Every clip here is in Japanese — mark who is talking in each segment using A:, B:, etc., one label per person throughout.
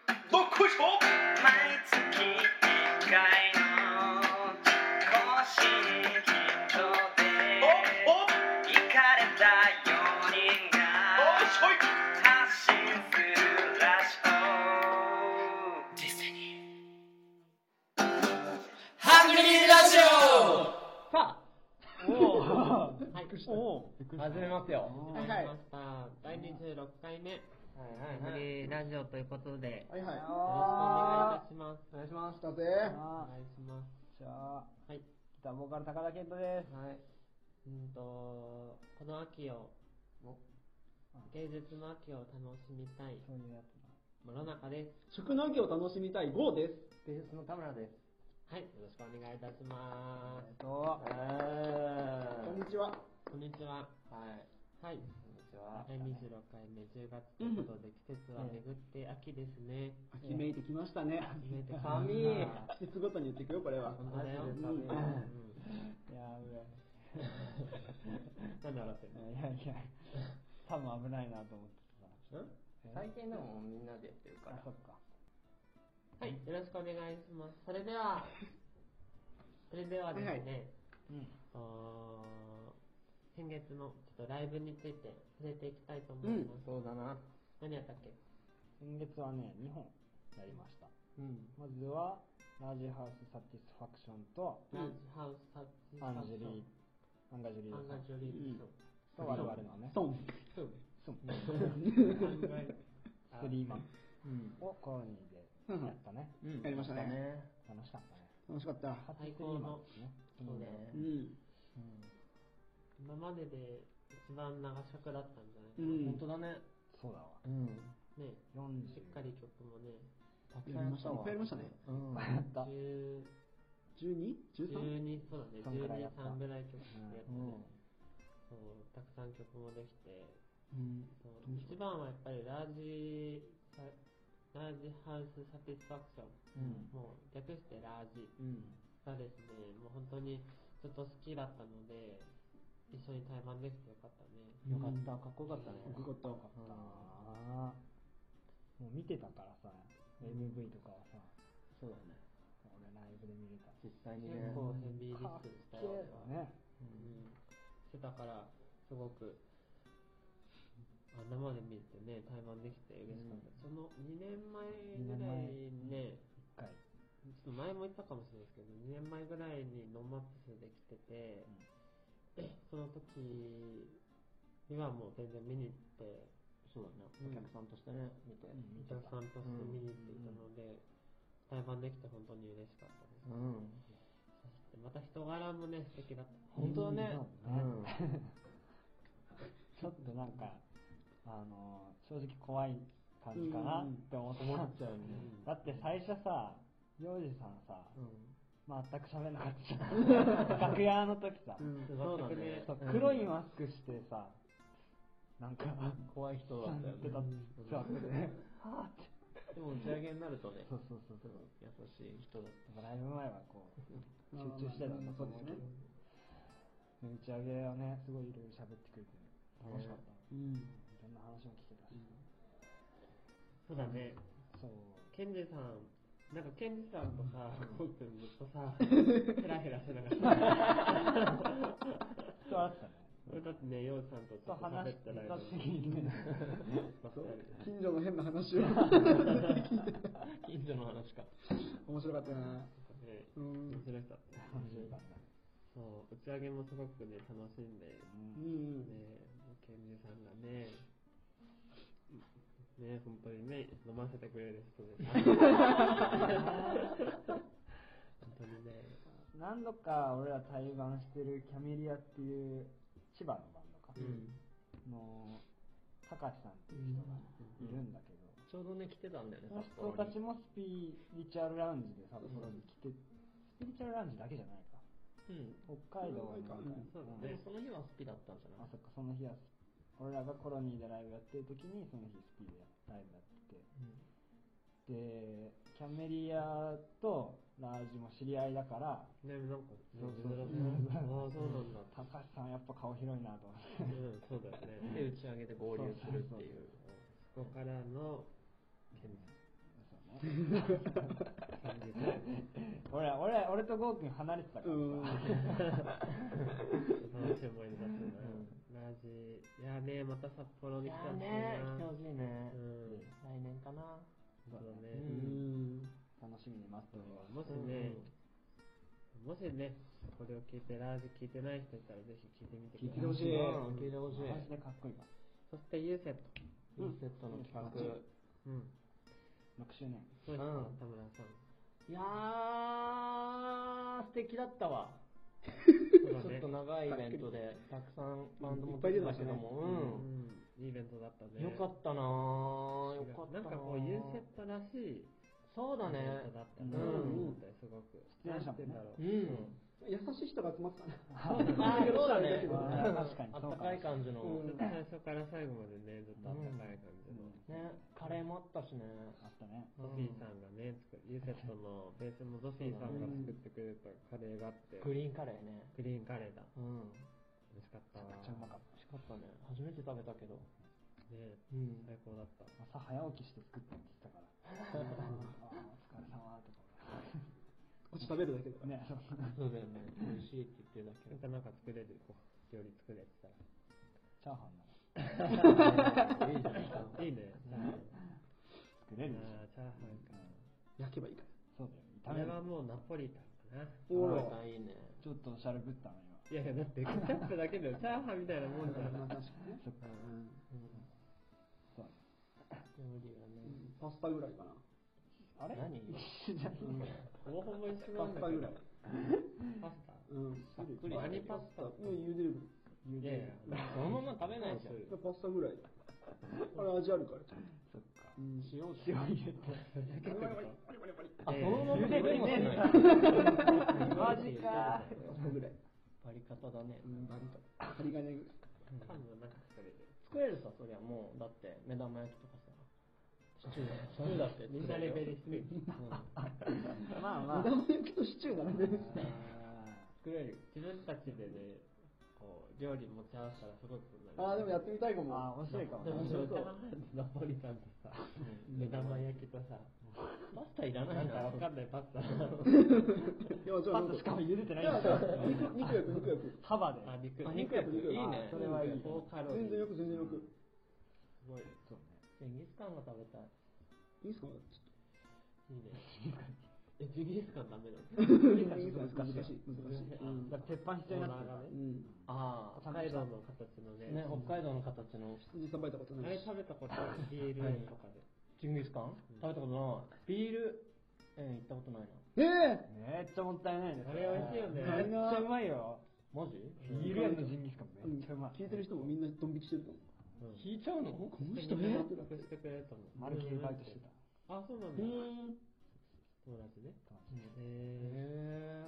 A: っこいいぞ
B: 毎月1回の更新キットで
A: おおお
B: 行かれた4人
A: い
B: が
A: しょい
B: 発信するラジオ
A: ディズニ
C: ハングリーラジ
D: さあ、おお、はい、おお、
C: オ始めますよ。
D: はいはい
E: ました。第26回目、
C: ハングリーラジオということで、
D: はいはい、
E: よろしくお願いいたします。
C: お願いします。
D: だぜ。
E: お願いします。
F: じゃあ、
E: はい
F: ギターボーカル高田健人です。
E: はい。うんと、この秋を、芸術の秋を楽しみたい、
F: そういうやつだ。
E: 室中です。
D: 食の秋を楽しみたい GO です。
C: ベースの田村です。
E: はい、よろしくお願いいたしま
F: えっと、
D: こんにちは。
E: す。こんにちは。
C: はい。
E: はい。
C: こんにちは。
E: 第26回目、10月ということで、季節は巡って秋ですね。
D: 秋めいてきましたね。
E: 初めて
C: 寒い
D: 季節ごとに言っていくよ、これは。
E: 本当だよ。
C: マジ
E: うん
C: で寒
F: い
C: い
F: や
E: なんで笑ってる
F: ー、いやいや、多分危ないなと思ってた。
E: の
C: 最近でもみんなでやってるから
F: あ、。そっか。
E: はい、よろしくお願いします。それでは、それではですね、
D: はいはい
E: あー先月のちょっとライブについて触れていきたいと思います。
C: そうだな。
E: 何やったっけ
F: 先月はね、2本やりました。
C: うん。
F: まずは、ラージハウスサティスファクションと、
E: ランチハウスタッチ
F: アンジェリー、アンガジュリー
E: アンガジュリーソ
F: と
E: ン。
F: 我々のね、
D: ソン。
E: そう
F: スン
C: あ
F: スリーマン
C: うん。
F: をコロニーでやったね。
C: うん
D: やりましたね。
F: 楽しかったね。
D: 楽しかった。
F: 初スリーマンですね。
E: そうだよ
C: ね
D: う。ん。
F: うん
E: 今までで一番長尺だったんじゃないか
D: うん
E: な。
C: 本。当だね。
F: そうだわ。
C: うん。
E: ね、
F: 40。
E: しっかり曲もね、
C: たく
D: や
C: さ
D: り
C: んや
D: ま
C: っ
D: した。いっ
C: たわ
D: ぱいやりましたね。
C: うん。
F: だ
E: 10
D: 12?13?
E: 12、そうだね、
F: そん
E: 12、
F: くらいやった
E: 3ぐらい曲やって、
C: うん。
E: そう、たくさん曲もできて、
D: うん。
E: そう一番はやっぱりラージサラージハウスサティスファクション、
C: うん。
E: もう略してラージ
C: うん。
E: がですね、もう本当にずっと好きだったので、一緒に対バンできてよかったね。
F: よかった、かっこよかったね。
D: よかった。
F: かったなもう見てたからさ、MV とかはさ、
C: そうだね。
F: 俺ライブで見れた。
C: 実際にね。
E: 結構ヘビーリ
F: か
E: ス
F: っ
E: ンした
F: け
E: よ。
F: えね。
E: うん。してたから、すごく、あ生で見てね、対バンできて嬉しかった。その2年前ぐらいにね、
F: 一回。
E: ちょっと前も言ったかもしれないですけど、2年前ぐらいにノンマップスで来てて、その時にはもう全然見に行って、
C: そうだね。お客さんとしてね、見て。
F: うん、見
E: お
F: てた。
E: 客さんとして見に行っていたので、対バンできて本当に嬉しかったです。で
C: うん。
E: また人柄もね、素敵だった。
C: 本当だね。
F: うんそうだねちょっとなんか、あのー、正直怖い感じかなって思った。
C: 思っちゃうね。
F: だって最初さ、ヨウジさんさ、
C: う
F: 全く喋んなかったじゃん。 楽屋の時さ、
C: ん。
E: す
C: そ
E: ご
C: う
E: い
C: だ
E: 特に
C: ね
F: そう。黒いマスクしてさ、なんか、
C: 怖い人だ
F: 座
C: ったよ
F: ってた
C: ね。
F: 座ってて、はぁって。
C: でも打ち上げになるとね、
F: そうそうそうそう。
C: 優しい人だっ
F: ライブ前はこう、
D: まあ
F: 集中してたんだと
D: そうで
F: 思う
D: す
F: け
D: ね
F: ど、。打ち上げはね、すごいいろいろ喋ってくれて、楽しかった。
D: うん。
F: いろんな話も聞けたし。
E: そうだね。
F: そう。
E: ケンジさん、なんかケンジさんとさ、コウ君ずっとさ、ヘラヘラしてなかった。
F: 人あったね。
E: 俺だってね、ヨウさんとち
F: 人
E: ょっと
F: 話し
E: 喋っ
F: て
E: た
F: た
E: ら、
F: し、 ね、
E: ばっかり
D: 近所の変な話を。
C: た。近所の話か。
D: 面白かったな。
E: ね、
D: う
E: 面
D: ん。
E: 白かった。
F: 面白かった。
E: そう、打ち上げもすごくね、楽しんで、
D: う
F: うん
D: ん。
E: ね、もうケンジさんがね、ね、本当にね、飲ませてくれる人です。本当にね、
F: 何度か俺ら対バンしてるキャメリアっていう千葉のバンドか、
C: うん。
F: の高橋さんっていう人がいるんだけど、
C: ちょうどね、来てたんだよね、
F: その人たちもスピリチュアルラウンジで札幌に来て、スピリチュアルラウンジだけじゃないか
C: うん。
F: 北海道は何回
D: うん
E: そうだ
C: で
E: ね
C: も。その日は好きだったんじゃ
F: あ
C: ない
F: そっかその日は俺らがコロニーでライブやってる時にその日スピでライブやっててでキャメリアとラージも知り合いだから
E: ね、なんか、ね、
F: そう
E: 珍し
F: そ
E: いうああ、そうなんだ。
F: 高橋さんやっぱ顔広いなと思って
E: うん、そうだよ
C: うん。
E: ね。
C: で、打ち上げで合流するっていう。
E: そこからの、ケンジ
F: そうね 俺ら俺ら俺とゴーくん離れてたからさ
E: 楽しい思い出だったな。ラジ、いやね、また札幌に来たんだ
C: 来てほしいね
E: う。ん。
C: 来年かな。
E: そうだね。
C: う
E: うん。
F: 楽しみに待っております
E: もしね、もしね、これを聞いて、ラージ聞いてない人いたら、ぜひ聞いてみてください。
F: 聞いてほしい
C: うん聞いてほしい。
F: マジでかっこいいわ
E: そして、ユーセット。
C: インセットの企画。
E: うん。
F: 6周年
E: そうですね
C: うん
E: 田村さん。
C: いやー、素敵だったわ。
E: そうだ
C: ちょ
E: ね
C: っと長いイベントで、たくさんバンドも
D: いっぱい出てま
C: ま
D: し
C: したた
D: ね
C: けど
E: う
C: も、
E: ん。いいイベントだった
C: うん。
E: ね。
C: よかったなー、よかった
E: なんかこう、ユーセットらしいイベ
C: そうだね。
E: ントだったな
C: う
E: と
C: ん
E: 思ったよ、すごく。
F: 出演者もね
E: なんて言うんだろう
C: う。。
E: そうん
D: 優しい人が集まってたね。
C: あーそうだね。
F: あー確かに
C: あったかい感じの。
D: うん
E: 最初から最後までね、ずっとあったかい感じの。
C: ね、カレーもあったしね。
F: あったね
E: ゾフィーさんがね、作るユーセットのベースのゾフィーさんが作ってくれたカレーがあって、
C: グリーンカレーね。
E: グリーンカレーだ。
C: うん。
E: 美味しかった
F: め
E: わ
F: っ。ちゃうまかっ
C: 美味しかったね。初めて食べたけど。
E: ね
C: うん。
E: 最高だった。
F: た朝早起きして作ってって言ってたか らあーお
D: こ
F: 疲れ様とか
D: っち食べるだけだから。
F: ねそう
C: そうだよね。美味しいって言ってるだけ
E: なんかなんか
C: だ
E: 作れる、こう、料理作れてた
F: チャーハンなの
C: いいじゃないか。
E: ら。いいね。
F: 作れるでしょ。うん
E: チャーハンあーチャーハンか
D: 焼けばいいから。
F: そう
E: こ
F: だ
E: れ
F: よ炒め
E: は
F: る
E: もうナポリタンかな。
D: おら
C: あいいね。
F: ちょっとおしゃれぶったの今
E: いやいや、だってケチャップだけでチャーハンみたいなもんじゃん。
D: 確かにね。
F: そっか
C: うん。
F: そう
C: 料理はね。
D: パスタぐらいかな。
F: あれ
C: 何
E: ほぼほぼ一緒
D: パ
E: なん
D: スタ
E: だけ
D: ぐら
E: ど
D: い。。
E: パスタ
D: うん。
C: さっくり
E: 何パスタ
D: うん、茹でるぐ
E: いやいや、
C: そのまま食べないじゃん。
D: らい。パスタぐらい。あれ味あるから。
F: そっか
D: うん。
C: 塩
F: 塩入れて
D: パリパリパリパリ。
C: あ、そ
E: ええ
C: のまま食べもしない。
F: マジか
D: パスタぐらい。
C: バリ方だね。
D: うん、バリカ。針金ぐらい。
E: パンの中作れる。
C: 作れるさ、そりゃもう。だって、目玉焼きとかさ。シチューだ。シチューだって。
E: みんなレベル低い。
F: まあまあ
D: 目玉焼きとシチューだね。
E: 作れる自分たちでねこう料理持ち合わせたらすごく
D: ああ、でもやってみたいかも。
F: あー面白いかも
E: で
F: ね
E: もチャ
D: そう
E: ーハンとナポリタンとさ目玉焼きとさ
C: パスタいらな
E: ないんか
C: な。
E: わかんないパスタ
D: いや、じゃあ
F: パスしかも茹でてない
D: じゃ
F: ん
D: あ
F: だよ
D: 肉肉焼く、肉焼く。
F: 幅で
E: あ肉
C: あ肉や
D: 肉
C: いいね。
F: それはいい
E: 高カロ
D: 全
E: リー
D: 然よく、全然よく。
E: すごい
F: そうね
C: ジンギスカンが食べたい。
D: いいっすか
E: いいねえジンギスカンダメなの
D: いいっすか難しい、難しい。うん
F: だから鉄板必要になってる
E: オーナーがね
D: うん。
C: ああ、
E: 北海道の形のね
C: ね、北海道の形の
D: 羊さばいたこと
E: あ
D: ない
E: れ
D: し。
E: 食べたことあるビールとかで
C: ジンギスカン食べたことない。ビール園行ったことないな。
D: ええ
F: めっちゃもったいないね
E: あれ美味しいよね
F: めっちゃうまいよ
C: マジ
F: ビール屋のジンギスカンめっちゃうまい
D: 聞いてる人もみんなドン引きしてると思う。
C: 引いちゃうの
D: この
E: み
D: 人
E: んな
D: ね
E: 納。得してくれると思う
F: 丸切りバイトしてた
E: あそうなん
C: う
E: だ
C: ーん。
E: 友達ね
C: へ
E: へ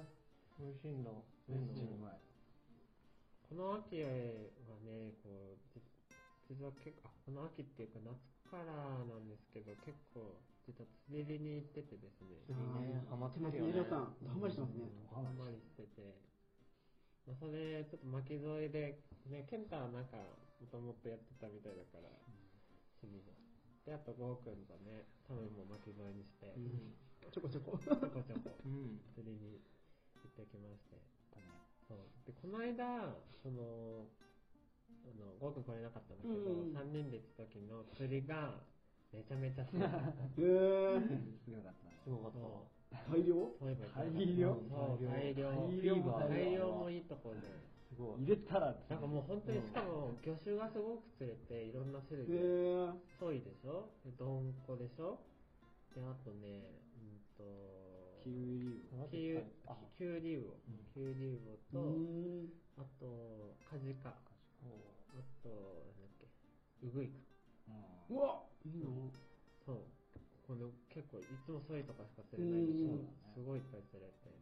E: え
C: え。美味しいんだ。
E: 美味し
F: めっち
E: い
F: ゃうまい
E: この秋はね、こう、じ実は結構、あこの秋っていうか夏からなんですけど、結構、実は釣りに行っててですね、
C: 釣りね、ハマって
D: ま
C: ま
D: ね
C: すすよね。
D: 皆さん、頑張りしてますね。
E: あんまりしてて、まあ、それ、ちょっと巻き添えで、ね、ケンタはなんか、もともとやってたみたいだから、趣味の。で、あと、ゴーくんとね、タムも巻き添えにして、
D: ちょこちょこ。
E: ちょこちょこ
C: うん。
E: 釣りに行ってきまして、
F: だね
E: そうでこの間そのあのゴーくん来れなかったんだけど、
D: うんうん
E: 3人で行った時の釣りがめちゃめちゃすごい
D: ええ。
F: すごかったね
C: すごかった。
E: そう
D: 大量
E: そういえば
F: 大量
E: そう大量
F: 大量も大量
E: 大量もいいところで。
C: すご
F: 入れたら
E: なんかもう本当にしかも魚種がすごく釣れていろんな種
D: え
E: 類で
D: え。
E: ソイでしょでドンコでしょであとねうんと
F: キウイリー
E: キウイ
C: あ
E: キュウリュウオキュウリュウ
D: う
E: オと、
D: ん。
E: あとカジカあと、なんだっけ、うぐいか。
D: うわいいな。
E: そう。この結構いつもソイとかしか釣れないでし
D: う
E: ょ
D: ん。
E: すごいいっぱい釣れて。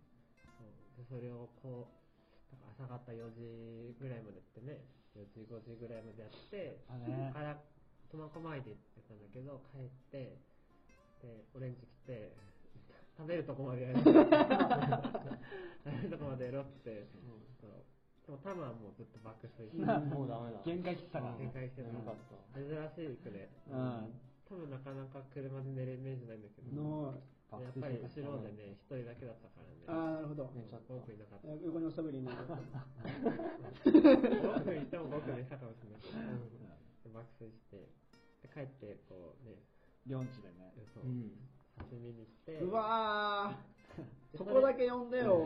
E: そうでそれをこう、なんか朝方4時ぐらいまでやってね、4時5時ぐらいまでやって、
F: だね
E: から苫小牧で行ってたんだけど、帰って、で、オレンジ来て、食べるとこまでやる。食べるとこまでやろうって。そうでもタマはもうずっと爆睡して。
C: もうダメだ。
F: 限界切ったから
E: 警
F: ね
E: 戒してた
C: よかっ
E: 珍しいくね
F: うん
E: 多分なかなか車で寝れるイメージないんだけど
D: な
E: っぱり後ろでね、一人だけだったからね。
D: ああ、なるほど。
C: ねちょっ
E: 多
C: と
E: くいなかった。
D: 横におしゃべりになる。
E: 僕いても僕でしたかもしれないけど。で爆睡して、で帰って、こうね、
F: りょんちでね。
E: そう
C: う、ん
E: 刺身にして、
D: うわー、そこだけ呼んでよ。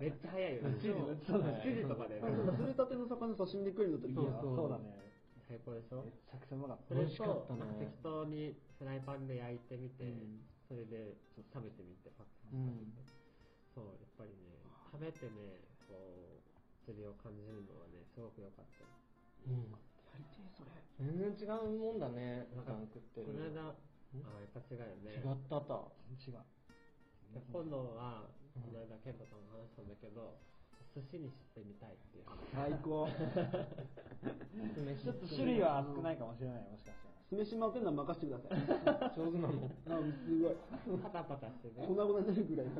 E: めっちゃ早いよね。
F: 7時そうだね
E: 7時とかで。
D: 釣れたての魚刺身で食えるんだったらいい
F: いや
D: や。
F: そうだね。
E: 最高でしょ
F: めちゃくちゃうまかっ
E: そ
F: た。
E: れ
C: 美味しかっ
E: と
C: たね
E: なんか適当にフライパンで焼いてみて、
F: うん
E: それでちょっと食べてみて、パクパク
C: うん
E: そう、やっぱりね、食べてね、こう、釣りを感じるのはね、すごく良かったよ。
C: うん
D: やりてえそれ。
C: 全然違うもんだね普段食って
E: こ
C: る
E: の間、あ
C: ん
E: やっぱ違うよね。
C: 違ったた
F: 違う。
E: で今度は、この間、健太さんも話したんだけど、寿司にしてみたいっていう話。
D: 最高。
F: ちょっと種類は少ないかもしれない、もしかしたら。
D: 酢飯回ってんのは任せてください。
C: 上手なの
D: あすごい。
E: パタパタしてね。
D: 粉々になるぐらい。
E: い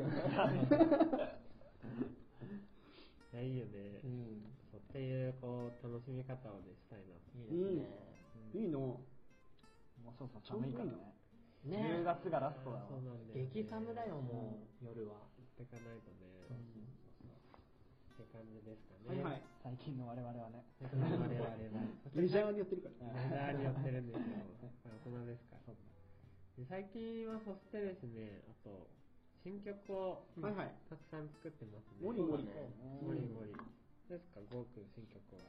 E: や、いいよね
C: う。ん
E: そうっていう、こう、楽しみ方をね、したいな。
C: いいですね
D: いいの。
F: もうそろそろ寒いからね。
C: ね
F: 10月がラストだ
E: あーそう
F: わ。
E: なんだよね
C: 激寒だよもう夜は
E: 行ってかないとね。って感じですか
D: は
E: ね。
D: いはい。
F: 最近の我々はね。
E: 我々は、
D: メジャーにやってるから。
E: メジャーにやってるんですよ。まあ大人ですから。で最近はそしてですね、あと、新曲を
D: はいはい
E: たくさん作ってますね。
D: もりもり。
E: もりもり。ですか、ゴーくん、新曲は。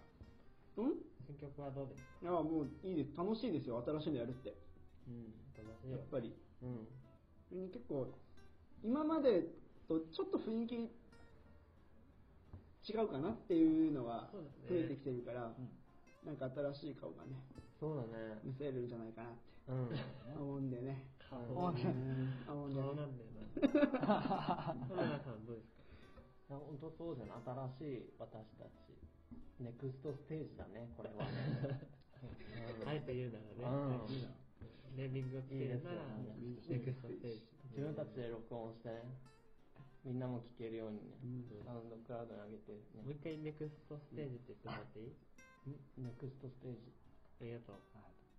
D: うん
E: 新曲はどうです
D: いやもういいです楽しいですよ新しいのやるって
C: うん
E: か楽しい
D: やっ
E: よ。
D: ぱり
C: うん
D: 結構今までとちょっと雰囲気違うかなっていうのは
E: そうです
D: 増
E: ね
D: えてきてるから、
F: うん
D: なんか新しい顔がね
C: そうだね
D: 見せれるんじゃないかなって 思う
C: うん
D: んでね
E: 顔
F: う
D: 思う
F: ん
D: んで
E: 顔
D: ね
E: なんだよ な。カメラさんどうですか
C: いや本当そうじゃない新しい私たちネクストステージだねこれ はね
E: あえて言うならね
C: う。ん
E: ネーミングをつけるなら、
C: いいです
E: ネクストステージ。
C: 自分たちで録音してねみんなも聴けるようにね
E: うん
C: サウンドクラウドに上げて
E: もう
C: ね
E: 一回ネクストステージって言ってもらっていい
C: ネクストステージ
E: ありがとう。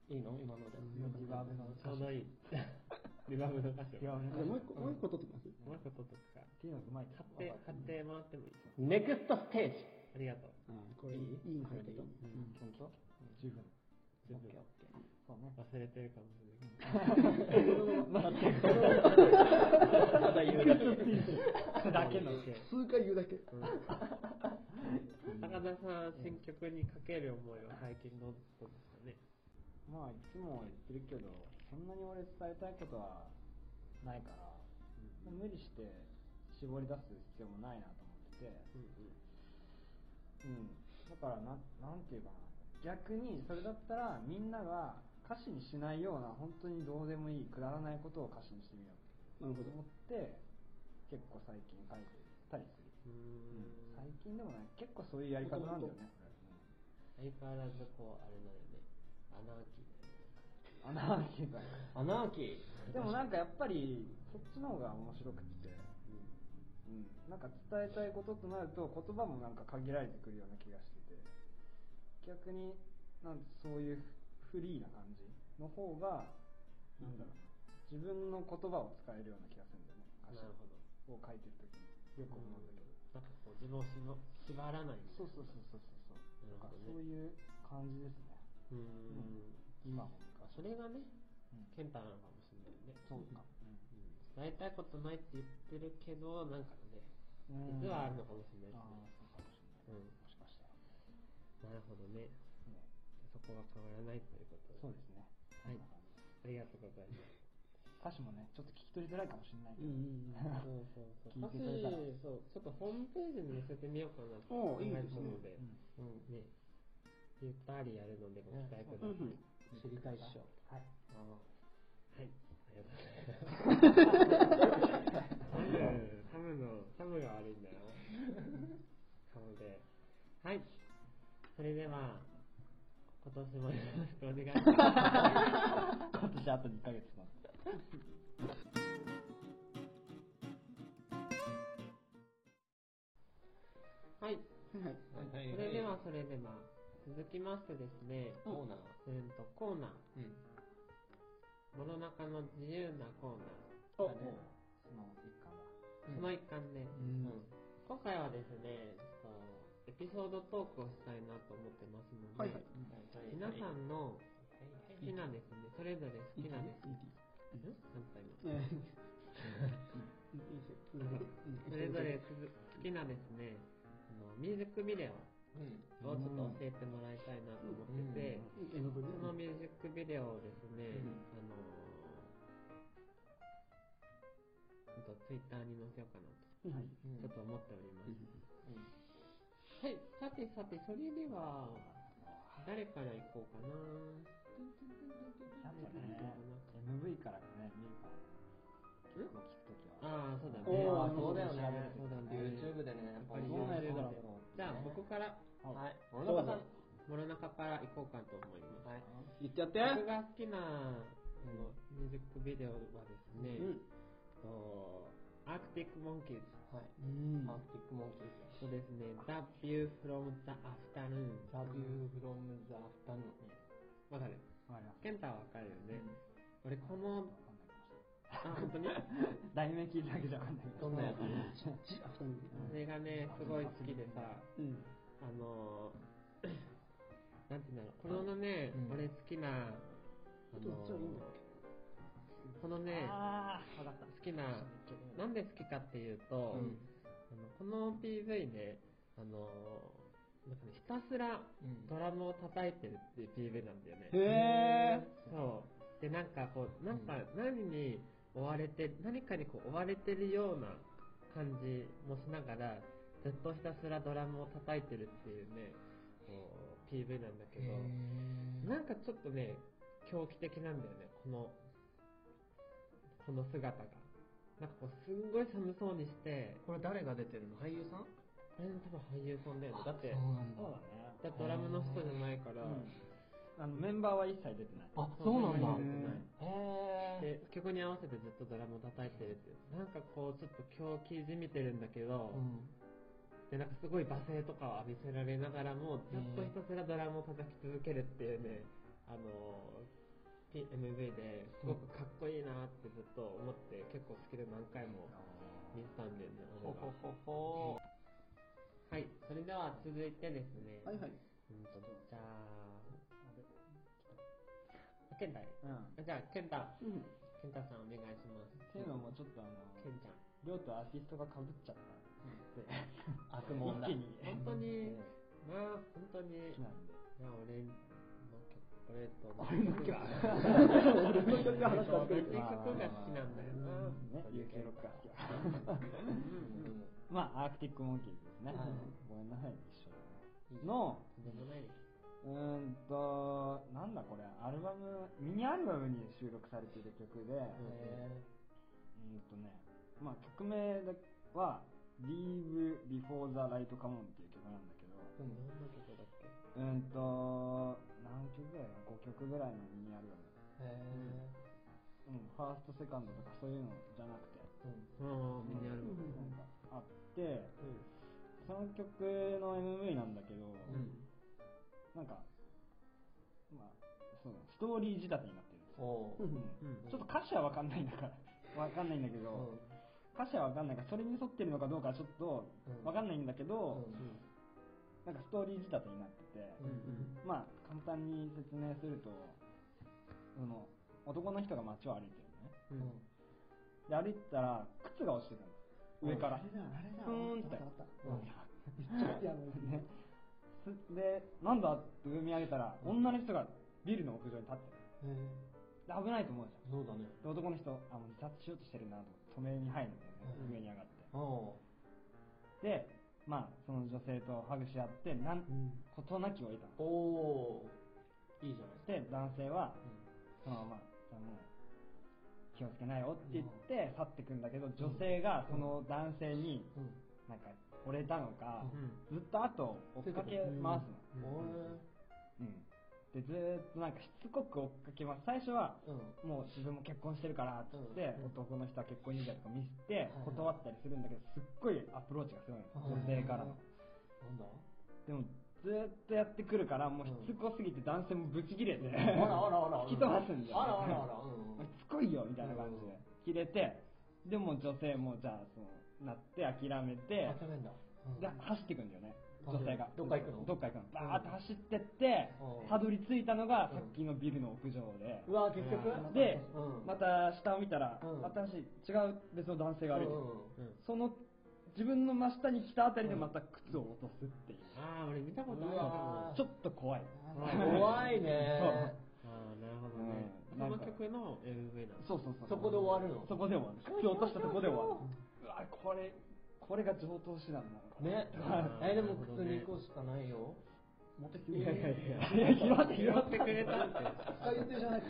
C: いいの今ので
F: リバーブの
E: ちょうどいい。 リバーブの歌詞
F: リバ
E: を。
F: ーブの
D: あ
F: 歌
D: もう
F: 詞
D: 一個もう一個撮ってます
E: もう一個撮っとくか。
F: っていうのがうまい
E: 買って、買ってもらってもいい
C: ネクストステージ
E: ありがとう。
D: あこれいいいいの入ってた
C: うん本当
F: 十分。
C: オッケーオッケー
F: そうね。
E: 忘れてるかもしれ ないけ
C: まだ言 う
F: だ
C: だ け
F: けの。
D: 数回言うだけ
E: ど。高田さん、新曲にかける思いは最近どうですかね。
F: まあ、いつも言ってるけど、そんなに俺伝えたいことはないから、無理して絞り出す必要もないなと思ってて、うん。だからなん、なんていうかな。逆に、それだったら、みんなが歌詞にしないような、本当にどうでもいい、くだらないことを歌詞にしてみよ
D: な
F: う
D: るほ
F: と
D: ど
F: 思って、結構最近書いてたりする。
E: うーん。
F: 最近でもない、結構そういうやり方なんだよね。
E: 相変わらず、こう、あれだよね。アナーキ
F: アナーキーだよ
C: アナーキー
F: でもなんかやっぱり、そっちの方が面白くって、うん。なんか伝えたいこととなると、言葉もなんか限られてくるような気がしてて、逆に、なんそういうフリーな感じの方が、なんだろうな、自分の言葉を使えるような気がするんだよね。
E: ー
F: 歌
E: なるほど。
F: 詞を書いてるときに。よく思うんだけど。
E: なんかこう、自分を縛縛らない。
F: そうそうそうそうそう。
E: な
F: なんか
E: るほ
F: そう
E: どね。
F: いう感じですね。
E: うーん。
F: 今も昔
E: そ
F: も。
E: れがね
F: うん、
E: 健太なのかもしれないね。
F: そうか。うん
E: うん伝えたいことないって言ってるけど、なんかね、
F: うん
E: 実はあるのかもしれない
F: ああ
E: し、ね。
F: そうかもしれない、
E: うん
F: もしかしたら、
E: なるほどね。
F: ね、
E: そこは変わらないということで。
F: そうですね
E: はい
F: こんな感じ
E: ありがとうございます。
F: 歌詞もねちょっと聞き取りづらいかもしれないけ
D: うん
F: ど、
D: うん
E: そうそうそう。
F: 聞い
E: 歌
F: てくれ
E: 詞
F: たら
E: そう、ちょっとホームページに載せてみようかなと
D: お
E: 考
D: ーいい
E: え
D: です
E: て
D: ね
E: るので、
F: うん
C: うん
E: ね、ゆったりやるのでご期待くだ
D: う
E: さ
D: んう
E: い。
D: ん
C: 知りたいっしょ
F: はい
E: はい。ありがとうございます。ハム、ハムの、ハムが悪いんだよ。ハムで。はい。それでは、今年もよろしくお願いします。
F: 今年あと2ヶ月なんで
E: は
D: はい
E: い。
D: はい
C: はい
E: それでは、それでは、続きましてですね、
C: コーナー
E: うんと、コーナー、
C: うん
E: モの中の自由なコーナ
F: だ
E: ー、
F: ねその一環が
E: その一環で、
D: うん
E: 今回はですね、ちょっとエピソードトークをしたいなと思ってますので、
D: はいはい
E: 皆さんの好きなですね、それぞれ好きなですね、
D: うん
E: ん反対の
D: うん
E: それぞれ好きなですね、あのミュージックビデオをちょっと教えてもらいたいなと思ってて、
D: 絵の具ね
E: そのミュージックビデオをですね、
D: うん
E: あのちょっとツイッターに載せようかな
D: は
E: と、
D: い
E: ちょっと思っております。
D: う
E: はい、さてさて、それでは、誰から行こうかな。
F: やっぱね
E: 誰から行こ
F: MV からね見るから結構聞くとき
E: うか
F: は
E: な。ああ、そうだね。
C: おー
E: あ
C: そうだよね
E: そうだね。
C: YouTube でね、やっぱり
E: やっぱり
C: 有名
E: じ
C: だ
E: ゃあ、僕から、
C: はい。俺の方さん、
E: 諸中から行こうかと思います。
C: はい。
D: 言ってやって
E: 僕が好きな、あの、ミュージックビデオはですね、
D: うん
E: とアークティック・モンキーズ。
C: はい。
D: うん
C: アークティックモンキー
E: そ
C: ズ。
E: うですね、The View from the Afternoon。
C: The View from the Afternoon。
E: わかる
F: わかります
E: ケンタはわかるよね。俺、この、
F: わかんないかもしれない
E: あ、本当に
F: 題名聞いただけじゃわかんないけど
C: どんなやつ
E: それがね、すごい好きでさ、
D: うん
E: あのー、なんて言うんだろう、このね、
C: うん
E: 俺好きな、あの
D: ど
E: ー
D: っちがいいんだ
E: このね、
F: ああ分かった
E: 好きな、なんで好きかっていうと、
C: うん
E: あのこの PV ね、あのー、なんかね、ひたすら
C: うん
E: ドラムを叩いてるっていう PV なんだよね。
D: へ
E: そう。で、なんかこう、なんか何に追われて、何かにこう追われてるような感じもしながら、ずっとひたすらドラムを叩いてるっていうね、こう PV なんだけど、なんかちょっとね、狂気的なんだよね、この、この姿が。なんかこう、すんごい寒そうにして、
C: これ誰が出てるの俳優さん
E: これ多分俳優さんだよね。だって
C: そう、なんだ
F: そうだね
E: だってドラムの人じゃないから、
F: あのメンバーは一切出てない
C: あ、そうなんだ
E: そんに出てないで
C: へえ
E: 曲に合わせてずっとドラムを叩いてるっていうなんかこうちょっと狂気じみてるんだけど、
C: うん
E: でなんかすごい罵声とかを浴びせられながらもずっとひたすらドラムを叩き続けるっていうね、あの PMV ですごくかっこいいなってずっと思って結構好きで何回も見てたんだよね
C: ほ
E: 俺は
C: ほほほ
E: はいそれでは続いてですね、
D: はいはい
E: うんとじゃああケンタ
F: うん
E: じゃあケンタ
D: うん
E: ケンタさんお願いします
F: っていうのもちょっとあの
E: ケンちゃん
F: りょうとアーティストがかぶっちゃった
C: 悪者だ
F: 一気に
E: 本当にまあ本当に
F: 好きなんで
E: いや、俺の曲、俺と
F: 俺の曲
E: 俺
D: の曲の話は
E: 俺の曲が好きなんだよ
F: ね、
E: な。
F: UK ロックが好きだ
C: うん
F: まあ、アークティックモンキーズですね。
C: はい
F: ごめんなさいね、一緒だね。の、
E: とんでもないです。
F: うーんと、なんだこれ、アルバム、ミニアルバムに収録されている曲で、うーんとね、まあ曲名は、Leave Before the Light Come On っていう曲なんだけど、
E: どんな曲だっ
F: う
E: け
F: ーんと、何曲ぐらいの ?5 曲ぐらいのミニアルバム。
C: へえ
F: うん、ファースト、セカンドとかそういうのじゃなくて、
E: うん、ミニアルバ
F: なん
E: ム。
F: かあって、その曲の MV なんだけど、なんか、まあ、そうだねストーリー仕立てになってるんですよ。
C: おう
F: うんちょっと歌詞はわかんないんだから、わかんないんだけど、歌詞はわかんないから、それに沿ってるのかどうかちょっと
C: うん
F: わかんないんだけ
C: う
F: ど、
C: ん
F: なんかストーリー仕立てになってて、
C: うん
F: まあ、簡単に説明すると、その、男の人が街を歩いてるのね。
C: うん
F: で、歩いてたら、靴が落ちてたの。上から。ふーんって。ねすで、なんだって上見上げたら、女の人がビルの屋上に立ってる。で、危ないと思うじゃん。
C: そうだね
F: で男の人、あの自殺しようとしてるなと思って止めに入るんだよね、
C: うん
F: 上に上がっ
C: おう
F: て。で、まあ、その女性とハグし合って、なん、事なきを得たの。
C: おういいじゃない
F: で、男性は、そのまま、じゃあもう、気をつけなよって言って、去ってくんだけど、女性がその男性に、なんか、惚れたのか、ずっと後を追っかけ回すの。
C: うんおう
F: うん。で、ずーっとなんかしつこく追っかけます。最初は、
C: うん
F: もう自分も結婚してるからって言って、
C: うん
F: 男の人は結婚指輪とか見せて
C: はい、
F: 断ったりするんだけど、すっごいアプローチがすごいの。
C: はい
F: 女性からの。
C: なんだ
F: でも、ずーっとやってくるから、もうしつこすぎて男性もブチ切れて、
C: あらあらあら
F: 突き飛ばすんだよね。
C: あらあらあらうん
F: お前しつこいよみたいな感じで、切れて、でも女性もじゃあそのなって諦めて
C: 諦めんだ。
F: で走っていくんだよね
C: うん
F: 女性が
C: どっか行くの
F: どっか行くのバーって走ってって
C: うん
F: たどり着いたのがさっきのビルの屋上で
C: うわ、結局
F: で
C: うん
F: また下を見たら
C: うん
F: 新しい違う別の男性が歩いてる
C: うん
E: うん
F: その自分の真下に来たあたりでまた靴を落とすっていう
E: ああ、俺見たこと
C: う
E: あ
C: わ
E: る
F: ちょっと怖い
C: 怖いね。
E: ああ、なるほどね。
F: うん
E: そ
F: なん
E: の
F: か
E: 曲の MV なの。
F: そうそうそう
C: そこで終わるの
F: そこで終わる靴落としたとこで終わるうわこれこれが上等手段なのかな
C: ね
E: あ。ー
C: え、でも靴に行くしかないよ。持ってきて
E: いやいやいや。
F: いや拾って拾
E: 拾
F: っ
E: っててくれたって。
C: あ言ってるじゃない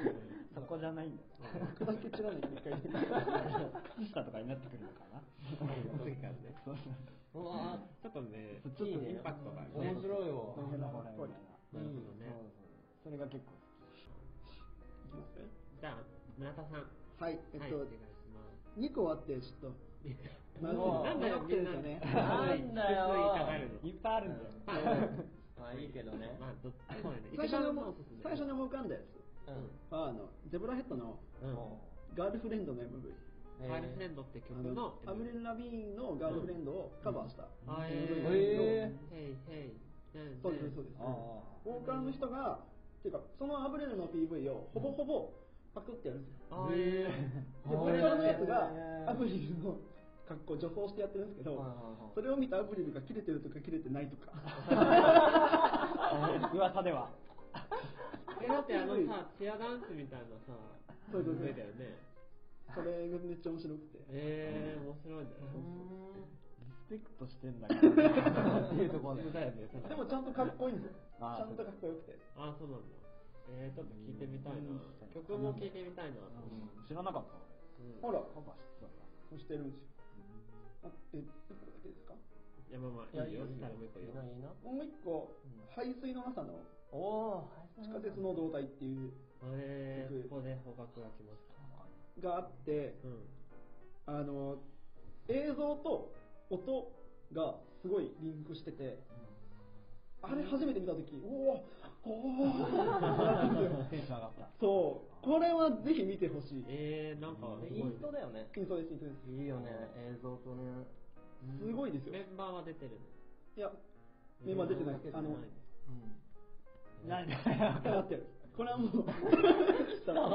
F: そこじゃないんだよ
C: 靴だけ違うんだけど、一回言って。
F: 靴下とかになってくるのかな
E: お次からね。
F: そうそう
C: うわ
E: ちょっとね、
F: そう
E: ち
F: ち
E: ょ
F: ょ
E: っ
F: っ
E: と
F: と
E: インパクトがある
C: ー
E: ね。
C: 面白いわ。
F: そういうのほらみたいな
E: なるほどね
F: そう。そうそれが結構
E: いきますじゃあ、村田さん。は
D: はい、えっ
E: い、お
D: と
E: 願い、します。
D: 2個あって、ちょっと、
C: うわ
E: なんだよ、みんな。
D: ね。
C: なんだよ
E: 言いたがるの
F: 好きいっぱいあるんだよ
E: まあ
C: まあいいけどね。
E: まあ、どっちもね。
D: 最
E: 一
D: 初
E: 番
D: に
E: の
D: 思
E: お
D: う
E: すすめ
D: 最初に思い浮かんだやつ
C: う
D: は、あの、ゼブラヘッドの
E: うん。
D: ガールフレンドの MV。
E: ガールフレンドって曲
D: あの
E: の、
D: アブリル・ラビーンのガールフレンドをカバーした。
E: あえ
C: へ
E: ーへいへい。ね
D: そうです、そうです。ボーカルの人が、っていうか、そのアブレルの PV をほぼほぼパクってやるんですよ。
E: あーえ
D: で、ボーカルのやつが、アブリルの格好を女装してやってるんですけど、それを見たアブリルが切れてるとか切れてないと か。
F: 噂では
E: ー。え、だってあのさ、チアダンスみたいなさ、
D: そうそうそう
E: 上だよね。
D: それがめっちゃ面白くて。
E: えー、面白いね。
F: リスペクトしてんだからっていうところ
E: だよね。
D: でもちゃんとかっこいいんですよ。ち
F: あー
D: ゃんとかっこよくて。
E: あ、そうなんだ。えー、ちょっと聞いてみたいな
F: うん。
E: 曲も聞いてみたいな。
F: 知らなかった
E: うん
D: ほら、
F: 俺カバーしてたんだ
D: そうしてるんですよ。あ、え、一個だけですか
E: いや、まあま
C: い
E: あ、
C: や、
E: い
C: い
E: い
C: い
E: よ。
C: よ、
E: い
C: い
E: い
C: い
E: よ
C: な、
E: もう一個いいよ。
C: いい
D: もう一個、
C: な。
D: 排水の朝の
C: お
D: 地下鉄の胴体っていう
E: えー、
D: 僕
E: ここで捕獲が来ますか。
D: があって、
E: うん。
D: あの、映像と音がすごいリンクしてて、あれ初めて見たとき、おおおー
F: テンション上がった
D: そう、これはぜひ見てほしい。
E: えー、なんか、すごい
C: インストだよね。
D: インストです、インストです。
C: いいよね、映像とね。
D: すごいですよ
E: メ。ンバーは出てる
D: いや、メンバー出てない
E: メン。バ
D: あ
E: ー
D: の、
E: 出てない
F: 何
D: なってる。これはもう、伝
C: わ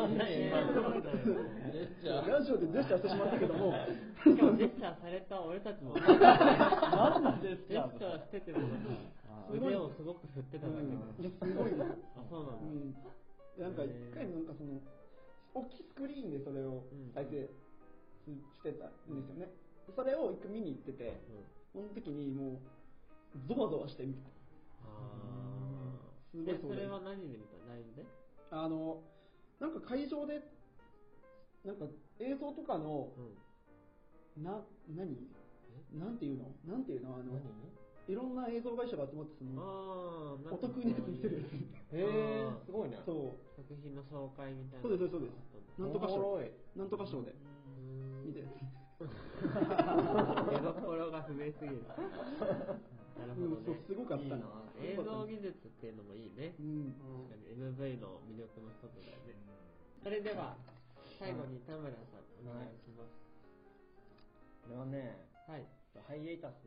C: んないよ 今のジェスチャー
D: ラジオでジェスチャーしてしまったけども、
E: しかもジェスチャーされた俺たちもジェ
F: 何なんで
E: スチャーしてても腕をすごく振ってただけ
D: い
E: で、
D: や、すごいな。
E: あそうなん
D: うん。
E: だ、
D: なんか一回なんかその、大きいスクリーンでそれを再生してたんですよね。それを一回見に行ってて、その時にもう、ゾワゾワして見て
E: う
D: す
E: ん、
D: ごい
E: ああそれは何で見たライブで
D: た。あの、なんか会場で、なんか映像とかの、な、何なんていうのなんていうのあの、いろんな映像会社が集まってその、
E: ああ
D: お得になって見せるや
C: へえー、すごいね。
D: つ。そ
E: 作品の紹介みたいな
D: そうですそうですう。なんとか
C: おも
D: 賞。
C: ろい。
D: なんとか賞で。
E: うん
D: 見て。
E: 出どころが不明すぎ るなるほ
D: うん
E: ど、
D: そ
E: ね
D: う、すごかったな。
E: 映像技術っていうのもいいね
D: うん。
E: 確かに MV の魅力の一つだよねそれでは最後に田村さんお願いしま
C: これはね、
E: すはい
C: ハイエイタス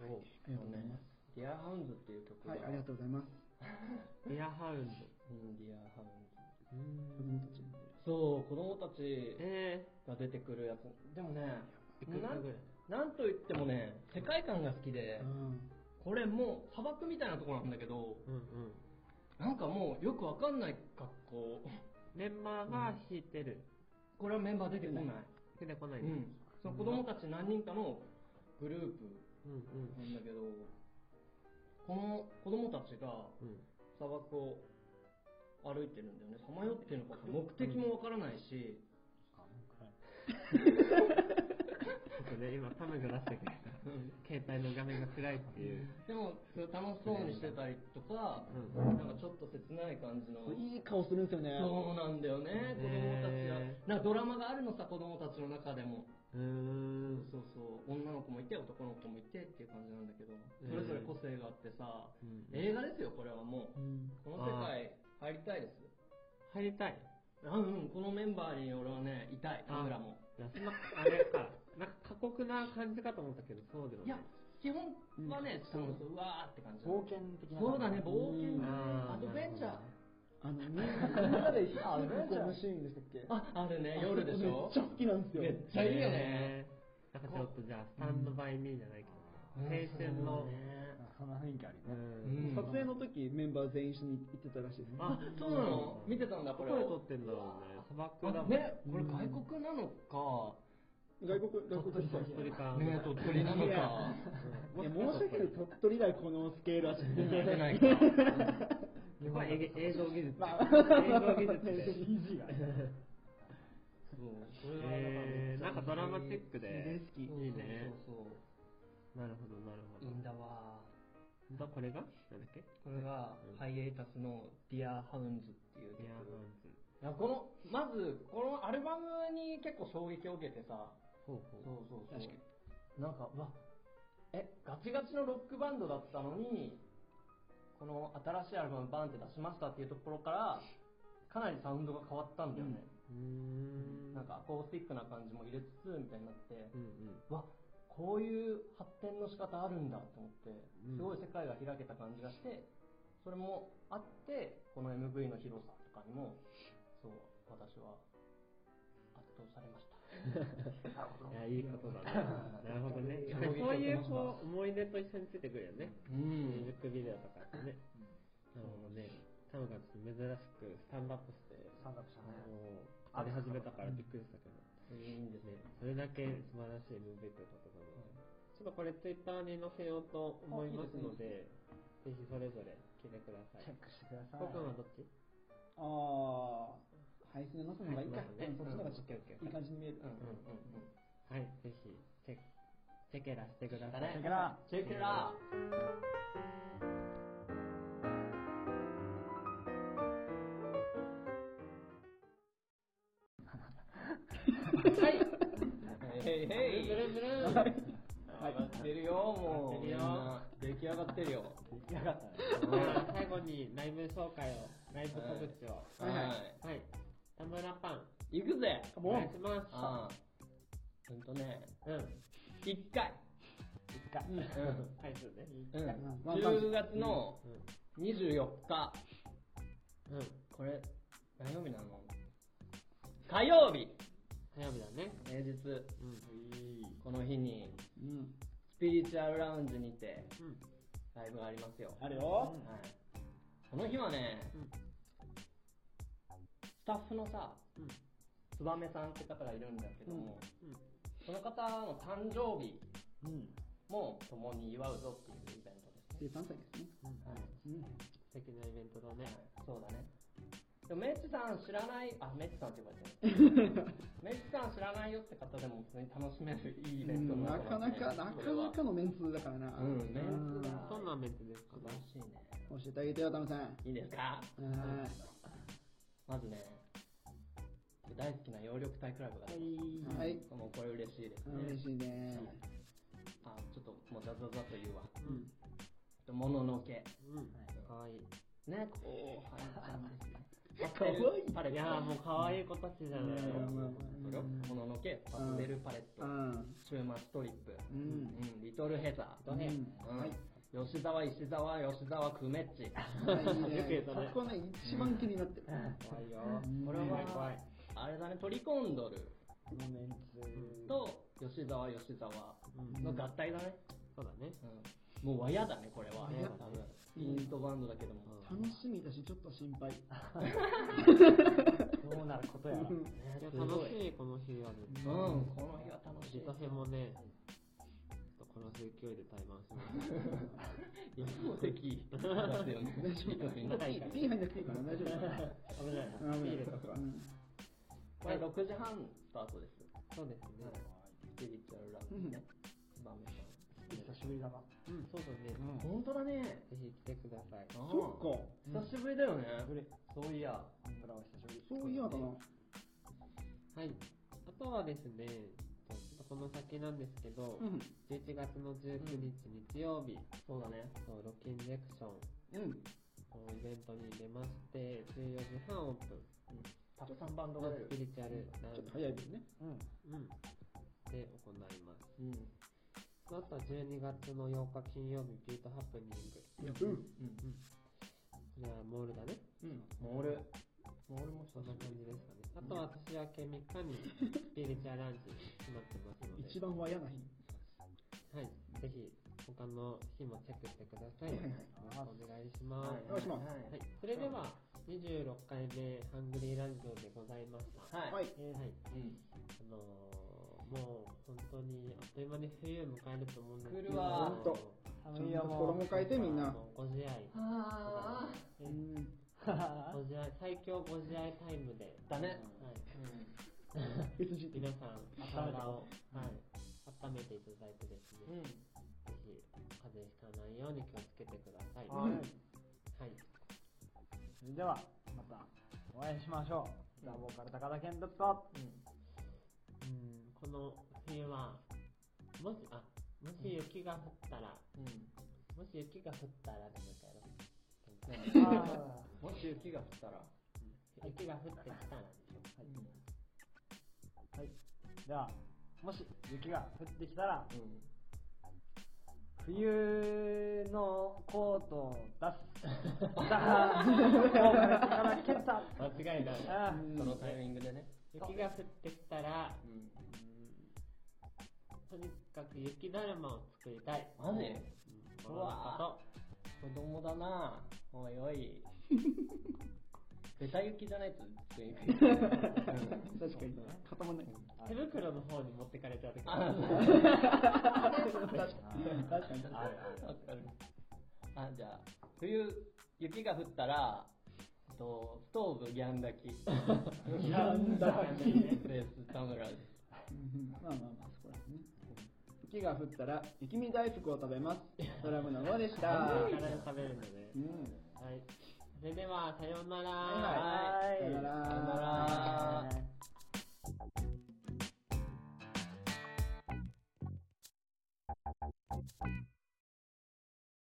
D: ありがとうございま
C: ね
D: す。、
C: ディアハウンズっていう曲が、
D: はい、ありがとうございます。
E: エアハウンド
C: うんディアハウンズ。
D: 子供たちも
C: そう、子供たち
E: え
C: が出てくるやつ。でもね、
E: ー、いくつぐらい
C: なんといってもね、世界観が好きで、これもう砂漠みたいなところなんだけど、
E: うんうん
C: なんかもうよくわかんない格好。
E: メンバーが弾いてる
C: これはメンバー出てこない。
E: 出てこな
C: う
E: い
C: ん。その子供たち何人かのグルー
E: うんうん
C: プなんだけど、この子供たちが
E: うん
C: 砂漠を歩いてるんだよね。さまよってるのか、目的もわからない し、
E: ちょっとね今タムが出してくれた携帯の画面が暗いっていう
C: でもそれ楽しそうにしてたりとか、
E: う
C: なんかちょっと切ない感じの。
D: そういい顔するんですよね。
C: そうなんだよね、子供たちが
E: へ。
C: なんかドラマがあるのさ、子供たちの中でも。
E: うーん
C: そうそう、女の子もいて、男の子もいてっていう感じなんだけど、それぞれ個性があってさ、
E: うん
C: 映画ですよ、これはもう。
D: うん。
C: この世界入りたいです。
E: 入りたい
C: あうん、このメンバーに俺はね、いたい、田村も。
E: いやそんなあれか、なんか過酷な感じかと思ったけど、そうでも
C: い
E: な
C: や
E: い。、
C: 基本はね、そのうわーって感じ。
F: 冒険的な。
C: そうだね、冒険
D: うん
C: だね
E: あー
C: アドベンチャー。
D: あの、みんなで火を囲むシーンでしたっけ
C: あ、あるね、夜でしょ
D: めっちゃ好きなんですよ。
C: めっちゃいいよね。
E: へー。なんかちょっとじゃあ、スタンドバイミーじゃないけど、青春の、
F: あそんな雰囲気あるよ
E: う
F: ね。
E: ん。
C: うん
D: 撮影の時、メンバー全員一緒に行ってたらしいですね。
C: あ、そうなの見てたんだ、
E: どこ
C: こ
E: で
C: れ
E: 撮
C: を。
E: ってんだろうね。砂漠だ
C: あ
E: もん。
C: ね、これ外国なのか。
D: 外国、外国人
E: 鳥取か。
C: ね、鳥取なの
D: い
C: か
D: や。いや、申し訳ない。鳥取以来このスケールは 知って
C: 出
D: ない。
C: てないか。
E: やっぱり映映像技術。
D: まあ
E: 映像技術 で。
F: CG が。
C: そう、それは
E: えー、なんかドラマチックで。
D: 大好き
E: い
C: そう
E: いね。
C: そうそう
E: なるほど、なる
C: そ
E: ほ
C: う。いい
E: ど
C: んだわ。。
E: だこれがなんだっけ
C: これが、ハイエータスのディアハウンズっていう
E: ビアハ
C: 曲。
E: ンズ。
C: いやこの、まず、このアルバムに結構衝撃を受けてさ、
E: ほう
C: そ
E: ほう。
C: うそうそう。
D: 確か
C: なんか、うわ、え、ガチガチのロックバンドだったのに、この新しいアルバムバンって出しましたっていうところから、かなりサウンドが変わったんだよね。
E: うーん。
C: なんか、アコースティックな感じも入れつつ、みたいになって、
E: うんうん。
C: うわ、こういう発展の仕方あるんだと思って、
E: うん
C: すごい世界が開けた感じがして、それもあって、この MV の広さとかにも、そう、私は圧倒されました。
E: いや、いいことだ な。なるほどね。やっぱりそういうこう思い出と一緒についてくるよね。
C: う
E: ミュージ
C: ん。
E: ックビデオとかってね。なるほどね。タムがちょっと珍しくスタンドアップして、
F: サンダップしたね。
E: もう、あり始めたからびっくりしたけど。
C: いいんですね
E: ね。、それだけ素晴らしい MV ということなので、ちょっとこれツイッターに載せようと思いますので、ぜひそれぞれ聞いてください
F: チェ。ックしてください。
E: 僕はどっち
D: ああー、配信のなさの方がいいか。
E: ね
D: うんそっちの方がちょっといい感じに見える。
C: うんうんうんうん。
E: はい、ぜひ、チェック、チェケラしてください。
C: だね
F: だから、
C: チェックラーはい。へいへい。ブルブル。上がってるよ、もう。
E: 上が
C: 出来上がってるよ。
F: 出来上がったね。
E: では最後にライブ紹介を、ライブ告知を。
C: はいは
E: はい。田村パン、
C: い。行くぜ。
E: お願いします。
C: あーうんとね、
E: うん。
C: 一回。
F: 一回。
C: う
E: はい、そうね。
C: ん。うん
D: うんワンパンチ
C: 10月の24日。
E: うん。うん。
C: これ、何曜日なの火曜日
E: 火曜日だね。
C: 平日、
E: うん。
C: この日に、
D: うん。
C: スピリチュアルラウンジにて、
E: うん。
C: ライブがありますよ。
D: あるよ。
C: はい。この日はね、
E: うん
C: スタッフのさ、
E: うん
C: つばめさんって方がいるんだけども、
E: うんうん
C: その方の誕生日
D: うん。
C: も共に祝うぞっていうイベント
D: で、3
C: ですね。
D: 歳ですね。
C: はい
D: うん。
E: 素敵なイベントだね。
C: そうだね。でもメッチさん知らない、あ、メッチさんって呼ばれてる。 メッチさん知らないよって方でも普通に楽しめるいいイベント
D: な
C: だと
D: か
C: 思
D: な
C: うね
D: か、な
C: こ
D: か
C: れは
D: なかのメンツだからな。
C: うん、メンツが。
E: どんなメントですか
C: 素晴らしいね。
D: 教えてあげてよ、ダムさん。はい
C: いですか。まずね、大好きな葉緑体クラブがあります。
D: はい
C: もうこれ嬉しいですね。
D: 嬉しいね。
C: あ、ちょっともうザザザと言うわ。
D: うん。
C: もののけ。
E: うん。かわいい。
C: ね、こう、はい、ちゃんですね。
D: かわいい
C: パレ
E: い
C: ット。
E: やーもう可愛い子たちじゃない。
D: ね
E: うん
C: これをもののけ、パステルパレッ
D: う
C: ト、
D: ん。
C: シューマストリップ、
D: う。
C: うんん、リトルヘザー、
D: うん
C: うん
D: はい
C: 吉沢、石沢、吉沢、クメッチ。
D: はいい
E: よく言
D: ね
E: うと
D: そ
E: ね
D: こね、一番気になってる。
E: 怖いよ。
C: これ
E: 怖い怖、。
C: はいあれだね、トリコンドル
F: このメンツ。
C: と吉沢、吉沢
E: うん。
C: の合体だね。
E: そうだね。
C: うんもう和屋だね、これは。
E: 和屋だね
C: 多分インストバンドだけども。
D: 楽しみだし、ちょっと心配。
F: どうなることやら。
E: いや
C: すご
E: 楽しいこの日はね。
C: うん、この日は楽し
E: 自
C: い。
E: 家編もね、ちょっとこの勢いで対バンしま
C: 一方的だったよね。
E: 高いから
D: ピー入んなくていいから大丈夫か
E: す。危ない。
D: な。
E: ビールとか。
D: うん
C: これ6時半スタートです。
E: そうですね。
C: スピリチュアルラブね。番目さん。
F: 久しぶりだな。
E: うん、そうだね。
F: ん
C: 本当だね。
E: ぜひ来てください。
D: そ
C: っか。久しぶりだよね。
F: ぶり
C: そういや。
F: ブラは久しぶり。
D: そういやだな。
E: はい。あとはですね、ちょっとこの先なんですけど、
D: うん。
E: 11月の19日日曜日、
C: そうだね。
E: そうロッキンジェクション
D: うん。
E: のイベントに出まして、14時半オープン。
B: たくさんバンドが
E: ま
B: 出
E: ず
B: る
E: スピリチュアルな
D: ちょっと早いもんね。
F: うん。
E: うん、で行います。その後は12月の8日金曜日、ビートハプニング。
D: うん。
B: うん
E: これはモールだね。
D: うん。
B: モールモールも
E: そんな感じですかね。あとは年明け3日にスピリチュアルランチ決まってますので、
D: 一番は嫌な日。
E: はい、ぜひ他の日もチェックしてください。お願いします。
D: お願いします。
E: はい、それでは26回目ハングリーラジオでございました。
B: は
D: はい。
E: えーはい、
B: うん
E: あのーもう本当にあっという間に冬を迎えると思うんです
B: 来るわ
E: あのー
D: ほんちゃんと衣変えてみんな。
E: あのご自愛、
B: あ
D: うん。
E: ご自愛、最強ご自愛タイムで、
B: だね
E: はい、
D: 別人。
E: 皆さん、体を、はい、温めていただいてです
B: う
E: ね、
B: ん
E: ぜひ、風邪ひかないように気をつけてください。
D: う
E: はい
D: ん。
E: はい、
F: それでは、またお会いしましょう。ザボーカル高田健太と、
E: うん、この冬は、もし、あ、もし雪が降ったら、
B: うんうん
E: もし雪が降ったらでもう一回やろう
C: もし雪が降ったら、
E: 雪が降ってきたらでしょ。
F: では、もし雪が降ってきたら、
B: うん
F: 冬のコートを 出す。だから、高田健太。
E: 間違いない。
F: あー
B: そのタイミングでね
E: 雪が降ってきたら、
B: うん
E: とにかく雪だるまを作りたい。
B: マジ
E: うわ
B: 子供だなおいおいベタ雪じゃないと作 りにくいうん
D: 確かに。固まんない。
E: 手袋の方に持ってかれちゃう時
B: あ
D: 確かに。確かに。
B: あるあるわかるあじゃあ冬雪が降ったらえっとストーブギャン炊きギ
D: ャン
B: 炊きベース田村
D: まあまあまあ、そこら辺ね。雪が降ったら、雪見大福を食べ ます。ドラムのゴでした。
E: 体で食べるので
D: う。ん。
E: はい。それでは、さようなら。
D: はいさよなら。